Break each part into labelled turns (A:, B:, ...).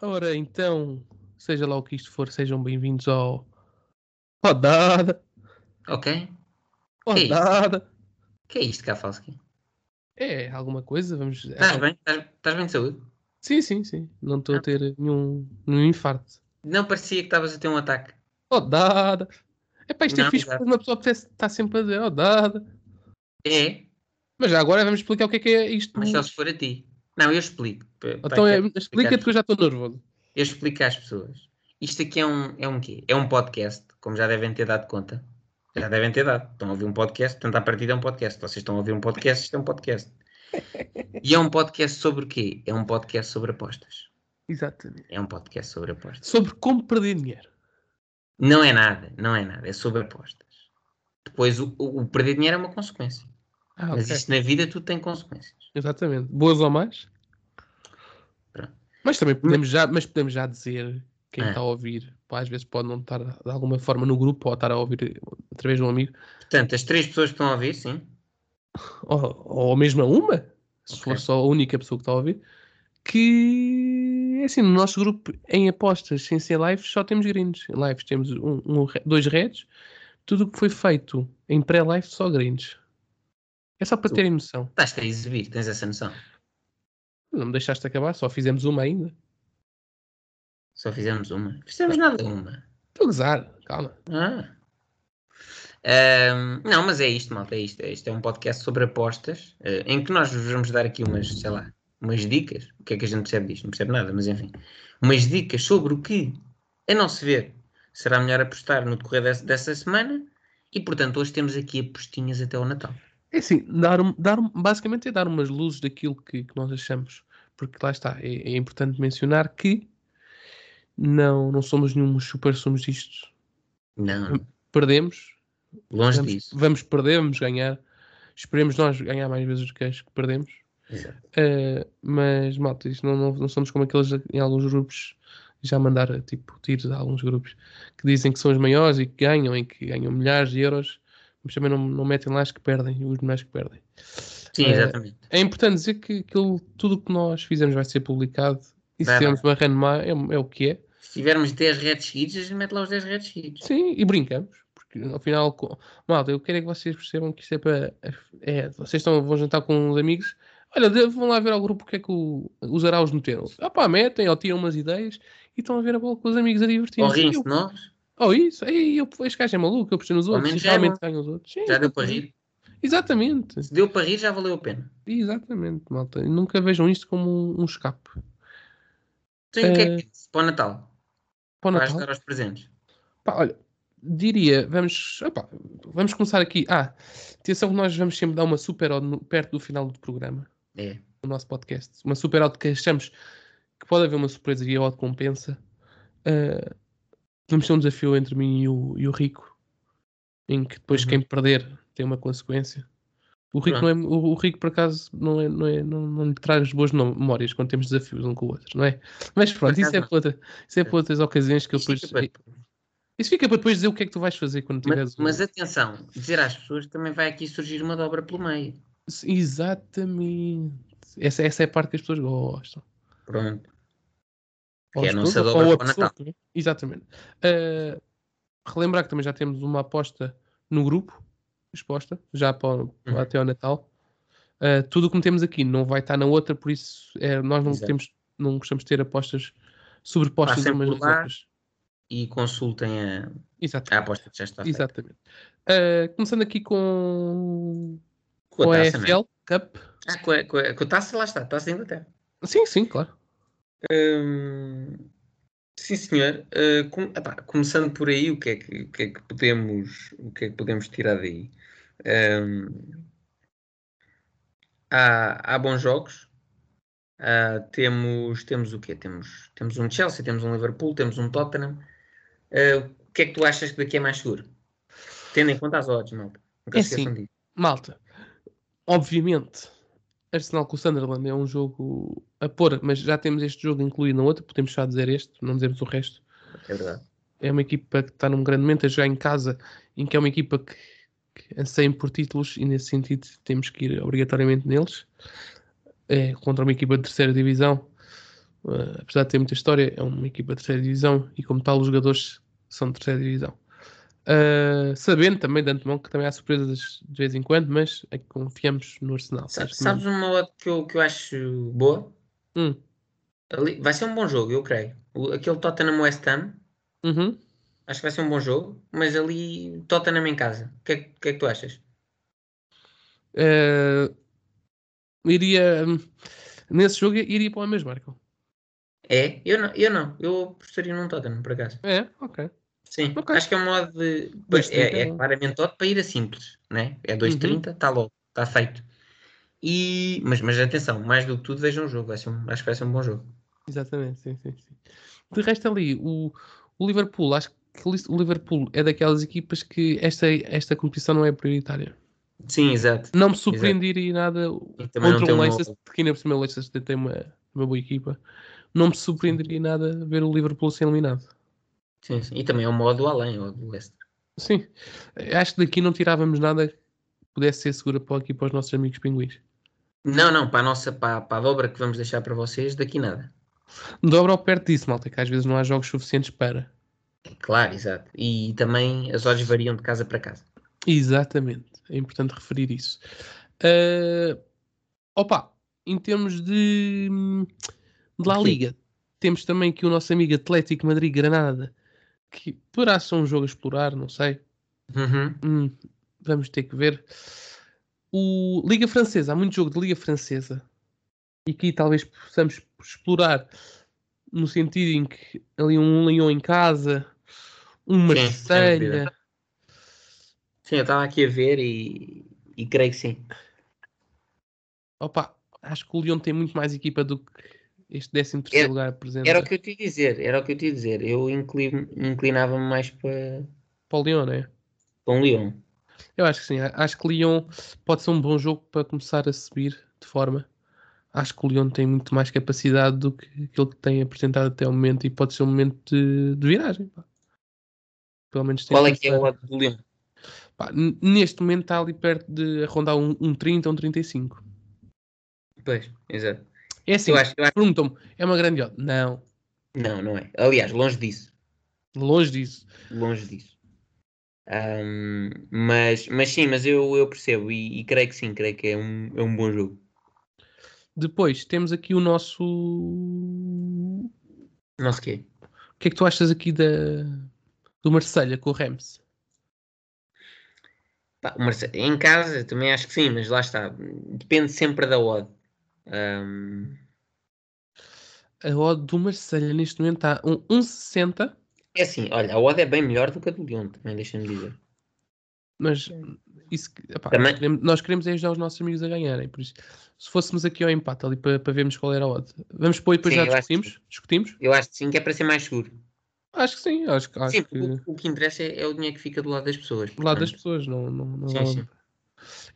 A: Ora então, seja lá o que isto for, sejam bem-vindos ao Rodada,
B: Ok. Que é
A: Rodada.
B: isto? Que é isto, Kafalski?
A: É, alguma coisa, vamos. é
B: Estás bem? Estás estás bem de saúde?
A: Sim, sim, sim. Não
B: Ah.
A: estou a ter nenhum, nenhum infarto.
B: Não parecia que estavas a ter um ataque.
A: Rodada. É para isto é
B: Não,
A: fixe
B: exato.
A: porque uma pessoa pudesse estar sempre a dizer rodada.
B: É,
A: Mas já agora vamos explicar o que é que é isto.
B: mas só se for a ti. Não, eu explico. P- pá,
A: Então é,
B: quero
A: explica-te que eu já estou nervoso.
B: Eu explico às pessoas. Isto aqui é um, é um quê? É um podcast, como já devem ter dado conta. Já devem ter dado. Estão a ouvir um podcast, portanto, à partida é um podcast. Vocês estão a ouvir um podcast, isto é um podcast. E é um podcast sobre o quê? É um podcast sobre apostas.
A: Exatamente.
B: É um podcast sobre apostas.
A: Sobre como perder dinheiro.
B: Não é nada, não é nada. É sobre apostas. Depois, o, o- o perder dinheiro é uma consequência.
A: Ah,
B: Mas
A: ok.
B: isto na vida tudo tem consequências.
A: Exatamente. Boas ou mais?
B: Pronto.
A: Mas também podemos já, mas podemos já dizer quem
B: Ah.
A: está a ouvir, pá, às vezes pode não estar de alguma forma no grupo ou estar a ouvir através de um amigo,
B: Portanto, as três pessoas que estão a ouvir, sim.
A: ou, ou mesmo a uma, se
B: Ok.
A: for só a única pessoa que está a ouvir, que é assim, no nosso grupo em apostas, sem ser lives, só temos greens. Em lives temos um, um re- dois reds, tudo o que foi feito em pré-live só greens. É só para terem noção.
B: Estás-te a exibir, tens essa noção.
A: Não me deixaste acabar, só fizemos uma ainda.
B: Só fizemos uma. Fizemos nada uma.
A: Estou a gozar, calma.
B: Ah. Ahm, não, mas é isto, malta, é isto. é isto. É um podcast sobre apostas, eh, em que nós vos vamos dar aqui umas, sei lá, umas dicas. O que é que a gente percebe disto? Não percebe nada, mas enfim. Umas dicas sobre o que, a não se ver, será melhor apostar no decorrer dessa, dessa semana. E, portanto, hoje temos aqui apostinhas até ao Natal.
A: É assim, dar, um- dar, um- basicamente é dar umas luzes daquilo que, que nós achamos. Porque lá está, é, é importante mencionar que não, não somos nenhum super somos disto.
B: Não,
A: Hum. Perdemos,
B: longe
A: vamos,
B: disso.
A: vamos perder, vamos ganhar. Esperemos nós ganhar mais vezes do que as que perdemos.
B: Exato.
A: Eh, mas, malta, isto não, não, não somos como aqueles em alguns grupos, já mandar tipo tiros a alguns grupos que dizem que são os maiores e que ganham e que ganham milhares de euros, mas também não, não metem lá as que perdem, os mais que perdem.
B: Sim,
A: Eh,
B: exatamente.
A: é importante dizer que aquilo, tudo o que nós fizemos vai ser publicado e se
B: Vai lá.
A: tivermos uma randomá é, é o que é.
B: Se tivermos 10 redes seguidos, a gente mete lá os 10 redes seguidos.
A: Sim, e brincamos. Porque ao final, co- malta, eu quero é que vocês percebam que isto é para. É, vocês estão, vão jantar com uns amigos. Olha, de- vão lá ver ao grupo o que é que o, os araus meteram. Ah pá, metem ou tiram umas ideias e estão a ver a bola com os amigos a
B: Ou
A: divertir-se.
B: riem-se
A: Eu-
B: de nós,
A: Oh, isso, ei, eu, este gajo é maluco, eu preciso nos
B: Ao
A: outros,
B: menos
A: e
B: já é
A: realmente ganham os outros. Sim,
B: já deu para rir.
A: Exatamente,
B: Se deu para rir, já valeu a pena.
A: exatamente, malta. Nunca vejam isto como um, um escape.
B: Então, e o que é
A: Eh,
B: que tens para o Natal?
A: Para o
B: Para
A: Natal.
B: ajudar aos presentes.
A: Pá, olha, diria, vamos, opá, vamos começar aqui. Ah, atenção que nós vamos sempre dar uma super odd no- perto do final do programa,
B: É.
A: do nosso podcast. Uma super odd que achamos que pode haver uma surpresa e a odd compensa. Ah, vamos ter um desafio entre mim e o, e o Rico, em que depois
B: Uhum.
A: quem perder tem uma consequência. O Rico, não é, o, o Rico, por acaso, não, é, não, é, não, não lhe traz boas no- memórias quando temos desafios um com o outro, não é? Mas pronto, isso
B: acaso
A: é,
B: não.
A: para outra- isso é para outras ocasiões que eu
B: Isto
A: depois.
B: fica para depois.
A: Isso fica para depois dizer o que é que tu vais fazer quando tiveres. um
B: Mas,
A: o-
B: mas atenção, dizer às pessoas que também vai aqui surgir uma dobra pelo meio.
A: Sim, Exatamente. Essa, essa é a parte que as pessoas gostam.
B: Pronto.
A: Ou
B: Que é
A: as
B: a
A: pessoas,
B: nossa
A: ou
B: dobra
A: a
B: para o
A: pessoa que- Exatamente. Ah, relembrar que também já temos uma aposta no grupo, exposta, já para, o-
B: Uhum.
A: até ao Natal. Ah, tudo o que metemos aqui não vai estar na outra, por isso é, nós não,
B: Exato.
A: temos, não gostamos de ter apostas sobrepostas
B: Passem
A: umas
B: por
A: nas
B: lá.
A: outras.
B: E consultem a,
A: Exato.
B: a aposta que já está feita.
A: Exatamente. Ah, começando aqui com,
B: Com
A: com
B: a
A: a
B: taça, não é?
A: EFL Cup.
B: Ah, com, a, com, a, com a taça lá está, a taça da Inglaterra.
A: Sim, sim, claro.
B: Hum, sim, senhor. Uh, com- epá, começando por aí, o que é que, o que é que podemos, o que é que podemos tirar daí? Hum, há, há bons jogos. Ah, temos, temos o quê? Temos, temos um Chelsea, temos um Liverpool, temos um Tottenham. Ah, o que é que tu achas que daqui é mais seguro? Tendo em conta as odds, malta. Nunca
A: É
B: se esqueçam disso.
A: Malta, obviamente, Arsenal com o Sunderland é um jogo a pôr, mas já temos este jogo incluído na outra, podemos só dizer este, não dizemos o resto.
B: É verdade.
A: É uma equipa que está num grande momento a jogar em casa, em que é uma equipa que, que anseia por títulos e nesse sentido temos que ir obrigatoriamente neles. É, contra uma equipa de terceira divisão, eh, apesar de ter muita história, é uma equipa de terceira divisão e, como tal, os jogadores são de terceira divisão. Eh, sabendo também de antemão que também há surpresas de vez em quando, mas é que confiamos no Arsenal.
B: Sa-
A: Acho que
B: Sabes uma outra que eu, que eu acho boa?
A: não- Hum.
B: Ali- vai ser um bom jogo, eu creio. O- aquele Tottenham West Ham,
A: Uhum.
B: acho que vai ser um bom jogo, mas ali Tottenham em casa. O que, é, que- que é que tu achas?
A: Eh, iria hum, nesse jogo iria para o mesmo Marco.
B: É? Eu não, eu não. Eu apostaria num Tottenham, por acaso.
A: É, ok.
B: Sim,
A: Ok.
B: acho que é um modo de.
A: Dois trinta,
B: é,
A: Uhum.
B: é
A: não é?
B: claramente odd para ir a simples, né? É 2,30, está logo, está feito. E, mas, mas atenção, mais do que tudo, vejam o jogo. Vai ser um- acho que vai ser um bom jogo.
A: Exatamente, sim, sim, sim. De resto ali, o, o Liverpool, acho que li- o Liverpool é daquelas equipas que esta, esta competição não é prioritária.
B: Sim, exato.
A: Não me surpreenderia nada
B: E também não
A: contra
B: tem
A: o
B: uma-
A: Leicester, porque ainda por cima o Leicester tem uma, uma boa equipa. Não me surpreenderia nada ver o Liverpool ser eliminado.
B: sim, sim. E também é um modo além, o do Leicester.
A: Sim, acho que daqui não tirávamos nada que pudesse ser segura para aqui para os nossos amigos pinguins.
B: Não, não, para a nossa, para, para a dobra que vamos deixar para vocês, daqui nada.
A: Dobra ao perto disso, malta, que às vezes não há jogos suficientes para.
B: Claro, exato. E também as odds variam de casa para casa.
A: Exatamente, é importante referir isso. Ah, opa, em termos de, de La
B: O quê?
A: Liga, temos também aqui o nosso amigo Atlético Madrid-Granada, que poderá ser um jogo a explorar, não sei.
B: Uhum.
A: Hum, vamos ter que ver. O Liga Francesa, há muito jogo de Liga Francesa. E aqui talvez possamos explorar no sentido em que ali um Lyon em casa, um
B: Sim, sim,
A: Marselha.
B: Sim, eu estava aqui a ver e, e creio que sim.
A: Opa, acho que o Lyon tem muito mais equipa do que este 13
B: Era-
A: terceiro lugar apresenta
B: Era o que eu te ia dizer, era o que eu te ia dizer. Eu inclin- inclinava-me mais para,
A: para o Lyon, né?
B: para um Lyon.
A: Eu acho que sim. Acho que Lyon pode ser um bom jogo para começar a subir de forma. Acho que o Lyon tem muito mais capacidade do que aquilo que tem apresentado até o momento e pode ser um momento de, de viragem. pá. Pelo menos tem
B: Qual é que é
A: essa-
B: o odd do Lyon?
A: pá, n- Neste momento está ali perto de arrondar um, um 30, um 35.
B: Pois, exato.
A: É assim,
B: Eu acho, eu acho-
A: perguntam-me, é uma grande odd? Não,
B: Não, não é. Aliás, longe disso.
A: longe disso.
B: Longe disso. Ahm, mas, mas sim, mas eu, eu percebo e, e creio que sim, creio que é um, é um bom jogo.
A: Depois temos aqui o nosso. O
B: Não sei o quê.
A: que é que tu achas aqui da... do Marselha com o Rams?
B: Pá, o Marse- em casa também acho que sim, mas lá está. Depende sempre da odd. Ahm,
A: A odd do Marselha neste momento está um 1,60,
B: é assim, olha, a odd é bem melhor do que a do Lyon, também deixa-me dizer.
A: mas isso, que- epá,
B: Também-
A: nós, queremos, nós queremos é ajudar os nossos amigos a ganharem, por isso, se fôssemos aqui ao empate ali para, para vermos qual era a odd, vamos pôr e depois
B: Sim,
A: já
B: eu acho que
A: discutimos? Discutimos?
B: Eu acho que sim, que é para ser mais seguro.
A: Acho que sim, acho, que- acho
B: sim,
A: que
B: o, o que interessa é, é o dinheiro que fica do lado das pessoas.
A: do lado das
B: portanto.
A: pessoas, não, não, não
B: Sim,
A: vale-
B: sim.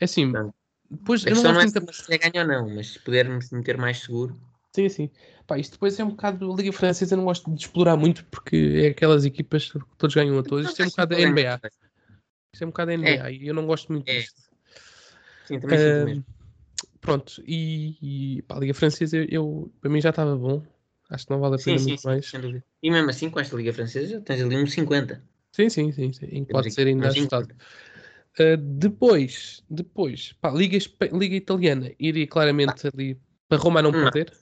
A: É assim,
B: Portanto,
A: depois
B: A
A: eu não
B: questão não
A: gosto
B: é
A: muito da-
B: se se ganha ou não, mas se pudermos meter mais seguro.
A: Sim, sim. Pá, isto depois é um bocado. A Liga Francesa eu não gosto de explorar muito porque é aquelas equipas que todos ganham a todos. Isto é um bocado da NBA. Isto é um bocado da NBA e eu não gosto muito
B: É.
A: disto.
B: Sim, também sinto
A: Ah,
B: mesmo.
A: Pronto, e, e pá, a Liga Francesa, eu, eu- para mim já estava bom. Acho que não vale a
B: Sim,
A: pena
B: sim,
A: muito
B: sim,
A: mais.
B: sem dúvida. E mesmo assim, com esta Liga Francesa, já tens ali um 50.
A: Sim, sim, sim. sim. E Pode
B: aqui
A: ser ainda
B: um 50.
A: ajustado. Ah, depois, depois, pá, Liga, Espa- Liga Italiana iria claramente ali para Roma não
B: Não.
A: perder.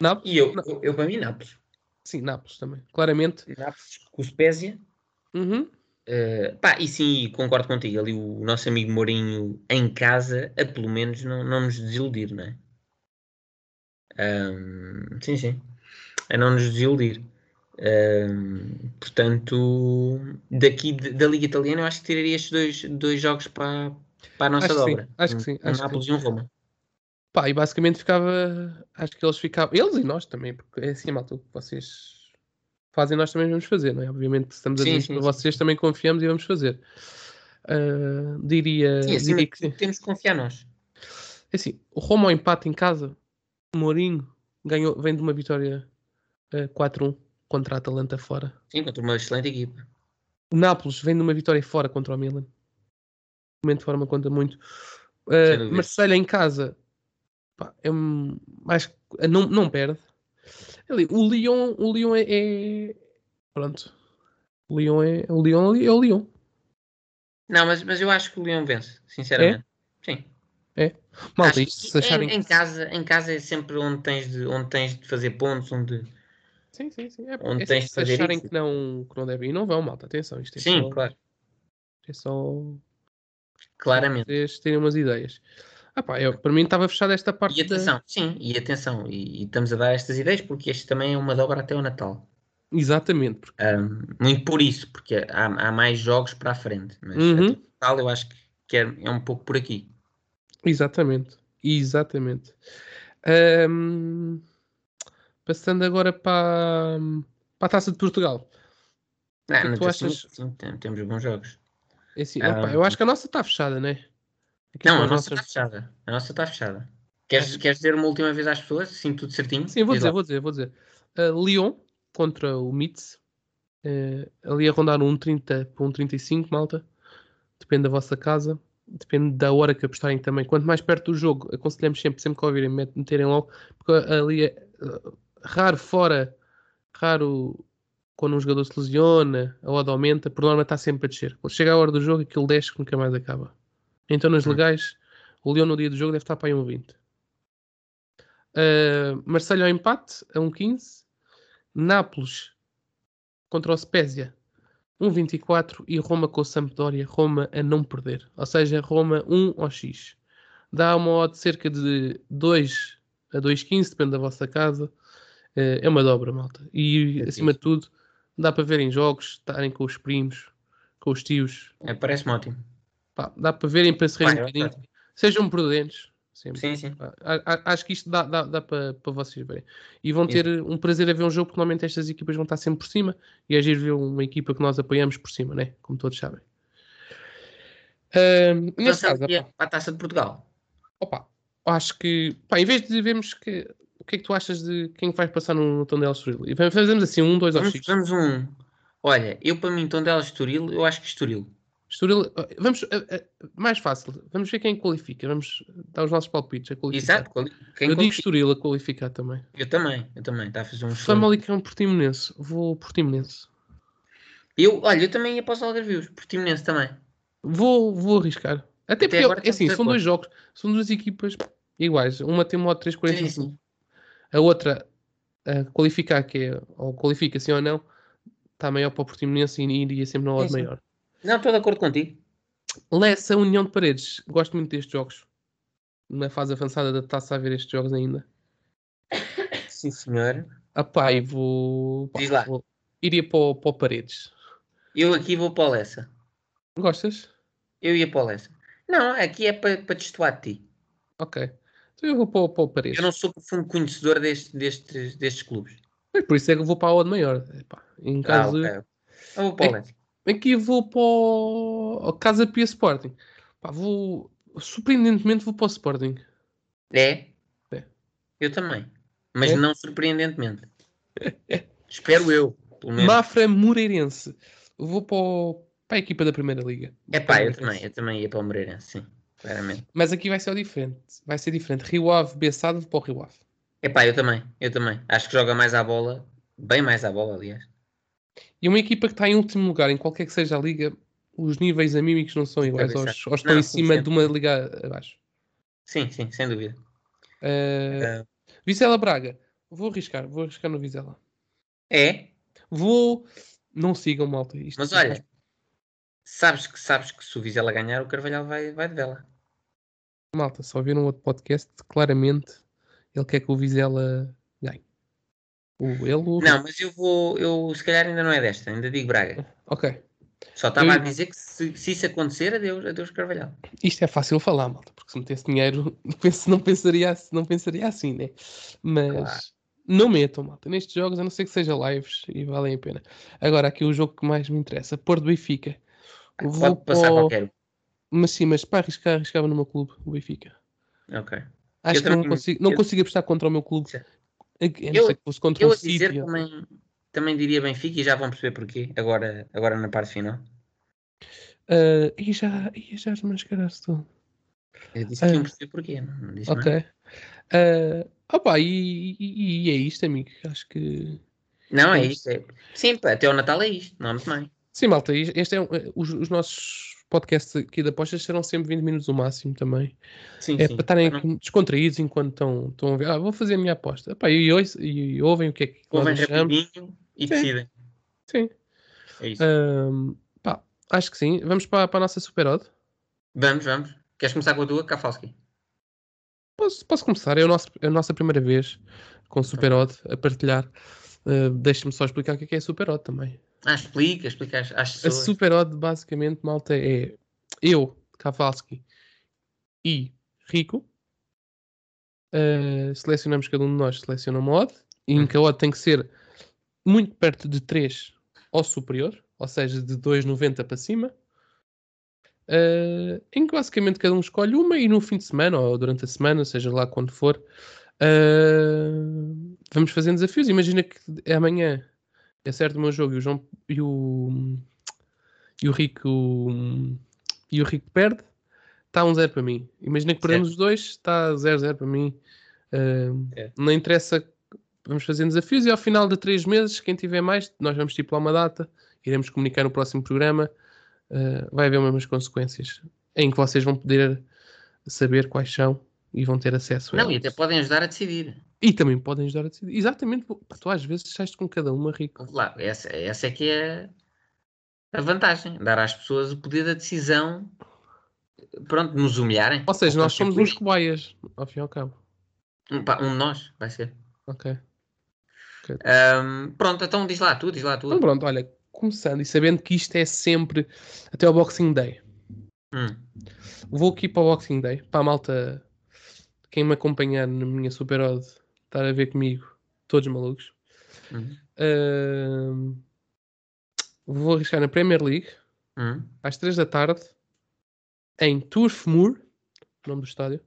A: Nápoles?
B: E eu,
A: Não.
B: eu, eu para mim, Nápoles.
A: Sim, Nápoles também, claramente.
B: Nápoles com o Spezia.
A: Uhum.
B: Eh, pá, e sim, concordo contigo. Ali o nosso amigo Mourinho em casa, a pelo menos não, não nos desiludir, não é? Ahm, sim, sim. A não nos desiludir. Ahm, portanto, daqui de- da Liga Italiana, eu acho que tiraria estes dois, dois jogos para, para a nossa
A: Acho que sim,
B: dobra.
A: acho que sim,
B: Um
A: acho que
B: Nápoles e um Roma.
A: Pá, e basicamente ficava. Acho que eles ficavam. Eles e nós também, porque é assim, malta, o que vocês fazem, nós também vamos fazer, não é? Obviamente, se estamos a
B: Sim,
A: dizer
B: sim,
A: isto para
B: sim.
A: vocês, também confiamos e vamos fazer. Ah, diria.
B: Sim,
A: diria
B: acima de
A: que
B: tudo,
A: sim.
B: temos que confiar nós.
A: Assim, o Roma ao empate em casa, o Mourinho ganhou, vem de uma vitória ah, 4-1 contra a Atalanta fora.
B: Sim, contra uma excelente equipa.
A: O Nápoles vem de uma vitória fora contra o Milan. O momento de forma conta muito.
B: Sem
A: Uh,
B: dúvida.
A: Marselha em casa, pá, é um- acho que não, não perde. Ali, O Lyon, o Lyon é, é- Pronto. O Lyon é, o Lyon é o Lyon.
B: Não, mas, mas eu acho que o Leão vence,
A: É?
B: sinceramente. Sim.
A: Malta,
B: Acho
A: isto
B: que é
A: se acharem.
B: em, em casa, em casa é sempre onde tens de, onde tens de fazer pontos, onde.
A: Sim, sim, sim. É,
B: Onde
A: é
B: tens de
A: se
B: um fazer
A: acharem
B: isso.
A: que não, que não devem. E não vão, malta. Atenção, isto é
B: Sim,
A: só.
B: claro.
A: É só
B: Claramente.
A: vocês terem umas ideias. Ah, pá, eu, para mim estava fechada esta parte.
B: E
A: da-
B: atenção, sim, e atenção, e, e estamos a dar estas ideias porque este também é uma dobra até o Natal.
A: Exatamente. Porque...
B: Ahm, muito por isso, porque há, há mais jogos para a frente, mas
A: Uhum.
B: até o Natal eu acho que, que é, é um pouco por aqui.
A: Exatamente. Exatamente. Ahm, Passando agora para, para a taça de Portugal.
B: Ah,
A: que
B: não
A: tu
B: tô assim,
A: achas?
B: sim, tem- temos bons jogos.
A: É assim,
B: Ah.
A: opá, eu acho que a nossa está fechada, né? Aqui
B: Não,
A: com
B: a
A: as
B: nossa está
A: nossas-
B: fechada. A nossa está fechada. Queres, queres dizer uma última vez às pessoas? Sim, tudo certinho?
A: Sim, vou
B: Diz
A: dizer,
B: lá.
A: vou dizer, vou dizer. Ah, Lyon contra o Mitz. Eh, ali a rondar um 30 para um 35, malta. Depende da vossa casa. Depende da hora que apostarem também. Quanto mais perto do jogo, aconselhamos sempre, sempre que ouvirem, met- meterem logo. Porque ali é ah, raro fora, raro quando um jogador se lesiona, a odd aumenta, por norma está sempre a descer. Quando chega a hora do jogo, aquilo desce que nunca mais acaba. Então, nos
B: Hum.
A: legais, o Lyon no dia do jogo deve estar para aí um 20. Uh, Marselha ao empate, a 1.15. Nápoles contra o Spezia, 1.24. E Roma com o Sampdoria, Roma a não perder. Ou seja, Roma 1 ao X. Dá uma odd de cerca de 2 a 2.15, depende da vossa casa. Uh, é uma dobra, malta. E,
B: É
A: acima de
B: fixe.
A: tudo, dá para ver em jogos, estarem com os primos, com os tios.
B: É, Parece-me ótimo.
A: Pá, dá para verem para se rirem um
B: Vai, vai,
A: bocadinho. Sejam prudentes. Sempre.
B: é Sim, sim.
A: A- a- Acho que isto dá, dá, dá para, para vocês verem. E vão ter um prazer a ver um jogo, porque normalmente estas equipas vão estar sempre por cima e agir ver uma equipa que nós apoiamos por cima, né? como todos sabem. Ahm, neste
B: Passando
A: caso,
B: aqui
A: opa,
B: à- à Taça de Portugal.
A: opa, acho que pá, em vez de vermos que, o que é que tu achas de quem vai passar no, no Tondela Estoril, e fa- fazemos assim um, dois ou
B: Vamos,
A: X.
B: vamos um. Olha, eu para mim, Tondela Estoril, eu acho que Estoril.
A: Estoril, ah, vamos ah, ah, mais fácil, vamos ver quem qualifica, vamos dar os nossos palpites a qualificar.
B: Exato. quali- Quem
A: Eu digo
B: qualifica?
A: Estoril a qualificar também.
B: eu também, eu também. Está a fazer um show.
A: Famalicão Portimonense, vou Portimonense.
B: Eu, olha, eu também ia para os Algarvios, Portimonense também.
A: Vou, vou arriscar. Até, porque
B: agora
A: é assim,
B: estamos de
A: são dois jogos, são duas equipas iguais. Uma tem modo 3,45,
B: Sim, sim.
A: a outra a qualificar, que é, ou qualifica sim ou não, está maior para o Portimonense e iria sempre na hora
B: É Sim, sim.
A: maior.
B: Não, estou de acordo contigo.
A: Lessa União de Paredes, gosto muito destes jogos. Na fase avançada da taça a ver estes jogos ainda.
B: Sim, senhor.
A: Ah pá, e vou. pá,
B: Diz lá.
A: vou- iria para o, para o Paredes.
B: Eu aqui vou para o Lessa.
A: Gostas?
B: Eu ia para o Lessa. Não, aqui é para, para destoar de ti.
A: Ok. Então eu vou para, o- para o Paredes.
B: Eu não sou profundo conhecedor deste, destes, destes clubes.
A: Pois, Por isso é que eu vou para a odd maior. Epá, em
B: Ah,
A: caso. é.
B: ok. Eu vou para o Lessa.
A: Aqui vou para o ao Casa Pia Sporting. Pá, vou. Surpreendentemente vou para o Sporting.
B: É?
A: É.
B: Eu também. Mas
A: É?
B: não surpreendentemente. Espero eu, pelo menos.
A: Mafra Moreirense. Vou para, o- para a equipa da Primeira Liga.
B: É
A: Vou para o
B: pá, eu
A: Moreirense.
B: também, eu também ia para o Moreirense, sim, claramente.
A: Mas aqui vai ser o diferente. Vai ser diferente. Rio Ave, Bessado, vou para o Rio Ave.
B: É pá, eu também, eu também. Acho que joga mais à bola, bem mais à bola, aliás.
A: E uma equipa que está em último lugar, em qualquer que seja a liga, os níveis anímicos não são iguais
B: Deve
A: aos,
B: ser.
A: aos que estão
B: Não,
A: em cima
B: sim,
A: de uma liga abaixo.
B: Sim, sim, sem dúvida.
A: Uh, Vizela Braga. Vou arriscar. Vou arriscar no Vizela.
B: É,
A: Vou. Não sigam, malta. Isto é
B: mas
A: faz
B: olha, sabes que, sabes que se o Vizela ganhar, o Carvalhal vai, vai de vela.
A: Malta, só viram outro podcast, claramente ele quer que o Vizela ganhe. O ele ou o
B: Não, mas eu vou, eu se calhar ainda não é desta, ainda digo Braga.
A: Ok.
B: Só estava a
A: Eu-
B: dizer que se, se isso acontecer, adeus, adeus Carvalhal.
A: Isto é fácil falar, malta, porque se metesse dinheiro penso- não, pensaria, ass- não pensaria assim, né? Mas
B: Claro.
A: não metam, malta, nestes jogos, a não ser que seja lives e valem a pena. Agora, aqui o jogo que mais me interessa, Porto Benfica. Vou
B: Pode passar
A: para o-
B: qualquer um.
A: Mas sim, mas para arriscar, arriscava no meu clube, o Benfica.
B: um. Ok.
A: Acho
B: Eu
A: que não
B: também-
A: consigo, não
B: eu-
A: consigo apostar contra o meu clube.
B: Sim.
A: A, a não
B: Eu-
A: ser que fosse contra
B: Eu
A: um
B: a dizer
A: City.
B: também, também diria Benfica e já vão perceber porquê agora, agora na parte final.
A: Ah, e já, e já desmascaraste tudo. É.
B: Eu disse que iam perceber porquê, não, não disse mais.
A: Ok. Ah, Ah pá, e, e- e é isto, amigo. Acho que.
B: Não, é
A: É
B: isto. é- Sim, pá, até o Natal é isto, não há muito mais.
A: Sim, malta, is- este é um- eh, os, os nossos podcasts aqui da apostas serão sempre 20 minutos o máximo também.
B: Sim,
A: É
B: sim.
A: para estarem
B: Não-
A: aqui descontraídos enquanto estão, estão a ver. Ah, vou fazer a minha aposta. Epá, e, ouço- e ouvem o que é que nós
B: Ouvem
A: achamos.
B: rapidinho e
A: Sim.
B: decidem.
A: Sim. Ah.
B: É isso.
A: Ahm, pá, acho que sim. Vamos para, para a nossa super odd.
B: Vamos, vamos. Queres começar com a tua, Kafalski?
A: Posso, posso começar? É, o nosso, é a nossa primeira vez com super odd a partilhar. Ah, Deixa-me só explicar o que é, que é super odd também.
B: Ah, explica, explica às, às
A: A
B: pessoas.
A: super odd basicamente, malta, é eu, Kowalski e Rico. Ah, selecionamos cada um de nós, seleciona uma odd, e em que a odd tem que ser muito perto de 3 ou superior, ou seja, de 2,90 para cima. Ah, em que basicamente cada um escolhe uma e no fim de semana ou durante a semana, seja lá quando for, ah, vamos fazendo desafios. Imagina que é amanhã acerto o meu jogo e o João e o, e o Rico e o Rico perde, está um zero para mim. Imagina que perdemos os dois, está 0-0 para mim. Ahm,
B: É.
A: Não interessa, vamos fazendo desafios e ao final de três meses, quem tiver mais, nós vamos estipular uma data, iremos comunicar no próximo programa. Ah, vai haver umas consequências em que vocês vão poder saber quais são e vão ter acesso a
B: Não, e
A: elas.
B: até podem ajudar a decidir.
A: E também podem ajudar a decidir. Exatamente, pá, tu às vezes sais com cada uma, Rico.
B: Claro, essa, essa é que é a vantagem. Dar às pessoas o poder da decisão. Pronto, nos humilharem.
A: Ou seja,
B: Ou
A: nós somos uns
B: constituir.
A: cobaias, ao fim e ao cabo.
B: Um, pá, um de nós, vai ser.
A: Ok.
B: Ahm, pronto, então diz lá tu, diz lá tu.
A: Então pronto, olha, começando e sabendo que isto é sempre até ao Boxing Day.
B: Hum,
A: Vou aqui para o Boxing Day, para a malta, quem me acompanhar na minha Super Odd, estar a ver comigo, todos malucos. Uhum.
B: hum,
A: Ahm, vou arriscar na Premier League,
B: hum.
A: às 3 da tarde, em Turf Moor, nome do estádio,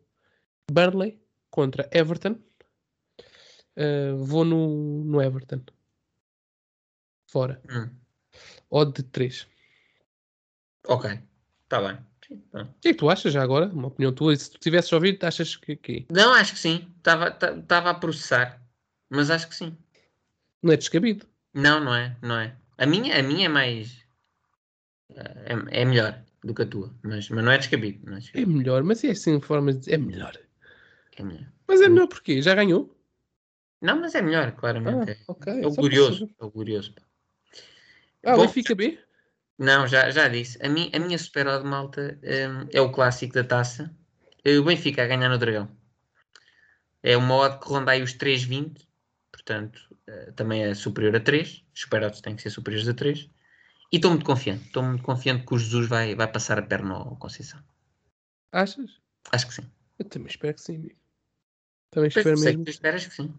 A: Burnley contra Everton. Ah, vou no, no Everton. Fora.
B: Hum,
A: Odd de 3.
B: Ok, está bem. Sim, tá.
A: O que é que tu achas já agora? Uma opinião tua. E se tu tivesses ouvido, achas que, que
B: Não, acho que sim. Estava a processar, mas acho que sim.
A: não é descabido?
B: Não, não é, não é. A minha, a minha é mais. eh, É, é melhor do que a tua, mas, mas não é descabido. Não é,
A: É
B: descabido,
A: melhor, mas é assim forma de dizer, é melhor.
B: é melhor.
A: Mas é melhor porquê? Já ganhou?
B: Não, mas é melhor, claramente.
A: Ah,
B: é.
A: ok.
B: é
A: Só
B: o
A: para
B: curioso.
A: saber.
B: É o curioso. pá.
A: Ah,
B: Bom.
A: Benfica B?
B: Não, já, já disse. A, mi, a minha super de malta hum, é o clássico da taça. Eh, O Benfica a ganhar no Dragão. É uma odd que ronda aí os 3,20. Portanto, eh, também é superior a 3. Super odds têm que ser superiores a 3. E estou muito confiante. Estou muito confiante que o Jesus vai, vai passar a perna ao Conceição.
A: Achas?
B: Acho que sim.
A: Eu também espero que sim, amigo. Também
B: Pois,
A: espero
B: sei
A: mesmo.
B: que tu esperas que sim.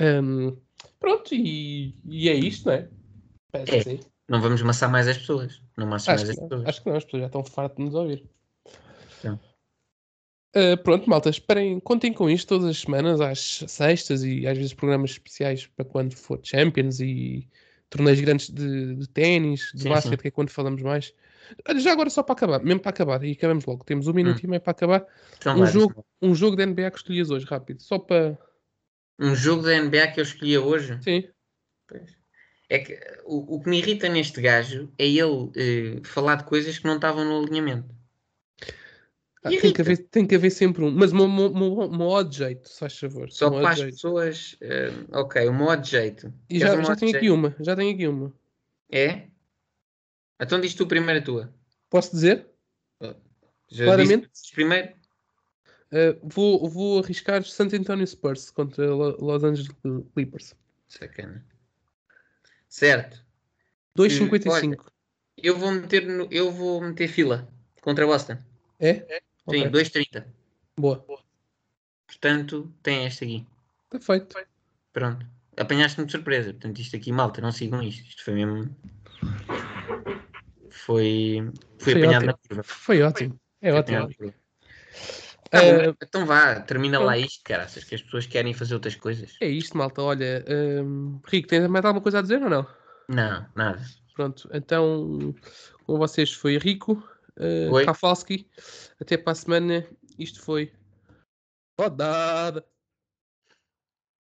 A: Ahm, pronto, e, e é isto, não é? Parece
B: É.
A: que sim.
B: Não vamos maçar mais as pessoas. Não massas
A: Acho
B: mais as
A: que, não,
B: pessoas.
A: acho que não, as pessoas já estão fartas de nos ouvir.
B: Então.
A: Ah, pronto, malta, esperem, contem com isto todas as semanas, às sextas e às vezes programas especiais para quando for Champions e torneios grandes de, de ténis, de
B: Sim,
A: basquete, que é quando falamos mais. Olha, já agora só para acabar, mesmo para acabar, e acabamos logo, temos um minuto e meio para acabar.
B: Então,
A: Um
B: vá, diz-me.
A: jogo, um jogo da NBA que escolhias hoje, rápido, só para.
B: um jogo da NBA que eu escolhia hoje.
A: Sim,
B: É que eh, o, o que me irrita neste gajo é ele eh, falar de coisas que não estavam no alinhamento.
A: Ah,
B: E
A: tem, que
B: irrita.
A: haver, tem que haver sempre um, mas uma, uma, uma, uma odd jeito, se faz favor.
B: Só
A: uma
B: para
A: odd
B: as
A: jeito.
B: pessoas. eh, ok, o modo de jeito.
A: E
B: Queres
A: já, já
B: um modo de
A: tenho aqui
B: jeito?
A: uma, já tenho aqui uma.
B: É? Então diz tu primeiro a tua.
A: Posso dizer?
B: Já
A: Claramente.
B: disse Primeiro.
A: Uh, vou, vou arriscar Santo António Spurs contra Lo- Los Angeles Clippers.
B: Sacana. Certo. Hum,
A: 2,55.
B: Eu vou meter, no- eu vou meter fila contra Boston.
A: É? Ok.
B: Tem 2,30.
A: Boa.
B: Portanto, tem esta aqui.
A: Está feito.
B: Pronto. Apanhaste-me de surpresa. Portanto, isto aqui, malta, não sigam isto. Isto foi mesmo. Foi.
A: Foi
B: Foi, apanhado
A: ótimo.
B: na curva. Foi
A: Foi ótimo. É
B: apanhado
A: ótimo.
B: na curva. Tá
A: Uh,
B: bom, então vá, termina lá isto, caraças, que as pessoas querem fazer outras coisas.
A: é isto, malta. Olha, um, Rico, tens mais alguma coisa a dizer ou não?
B: Não, nada.
A: Pronto. Então, com vocês foi Rico, uh,
B: Oi.
A: Kafalski. Até para a semana. Isto foi. Rodada.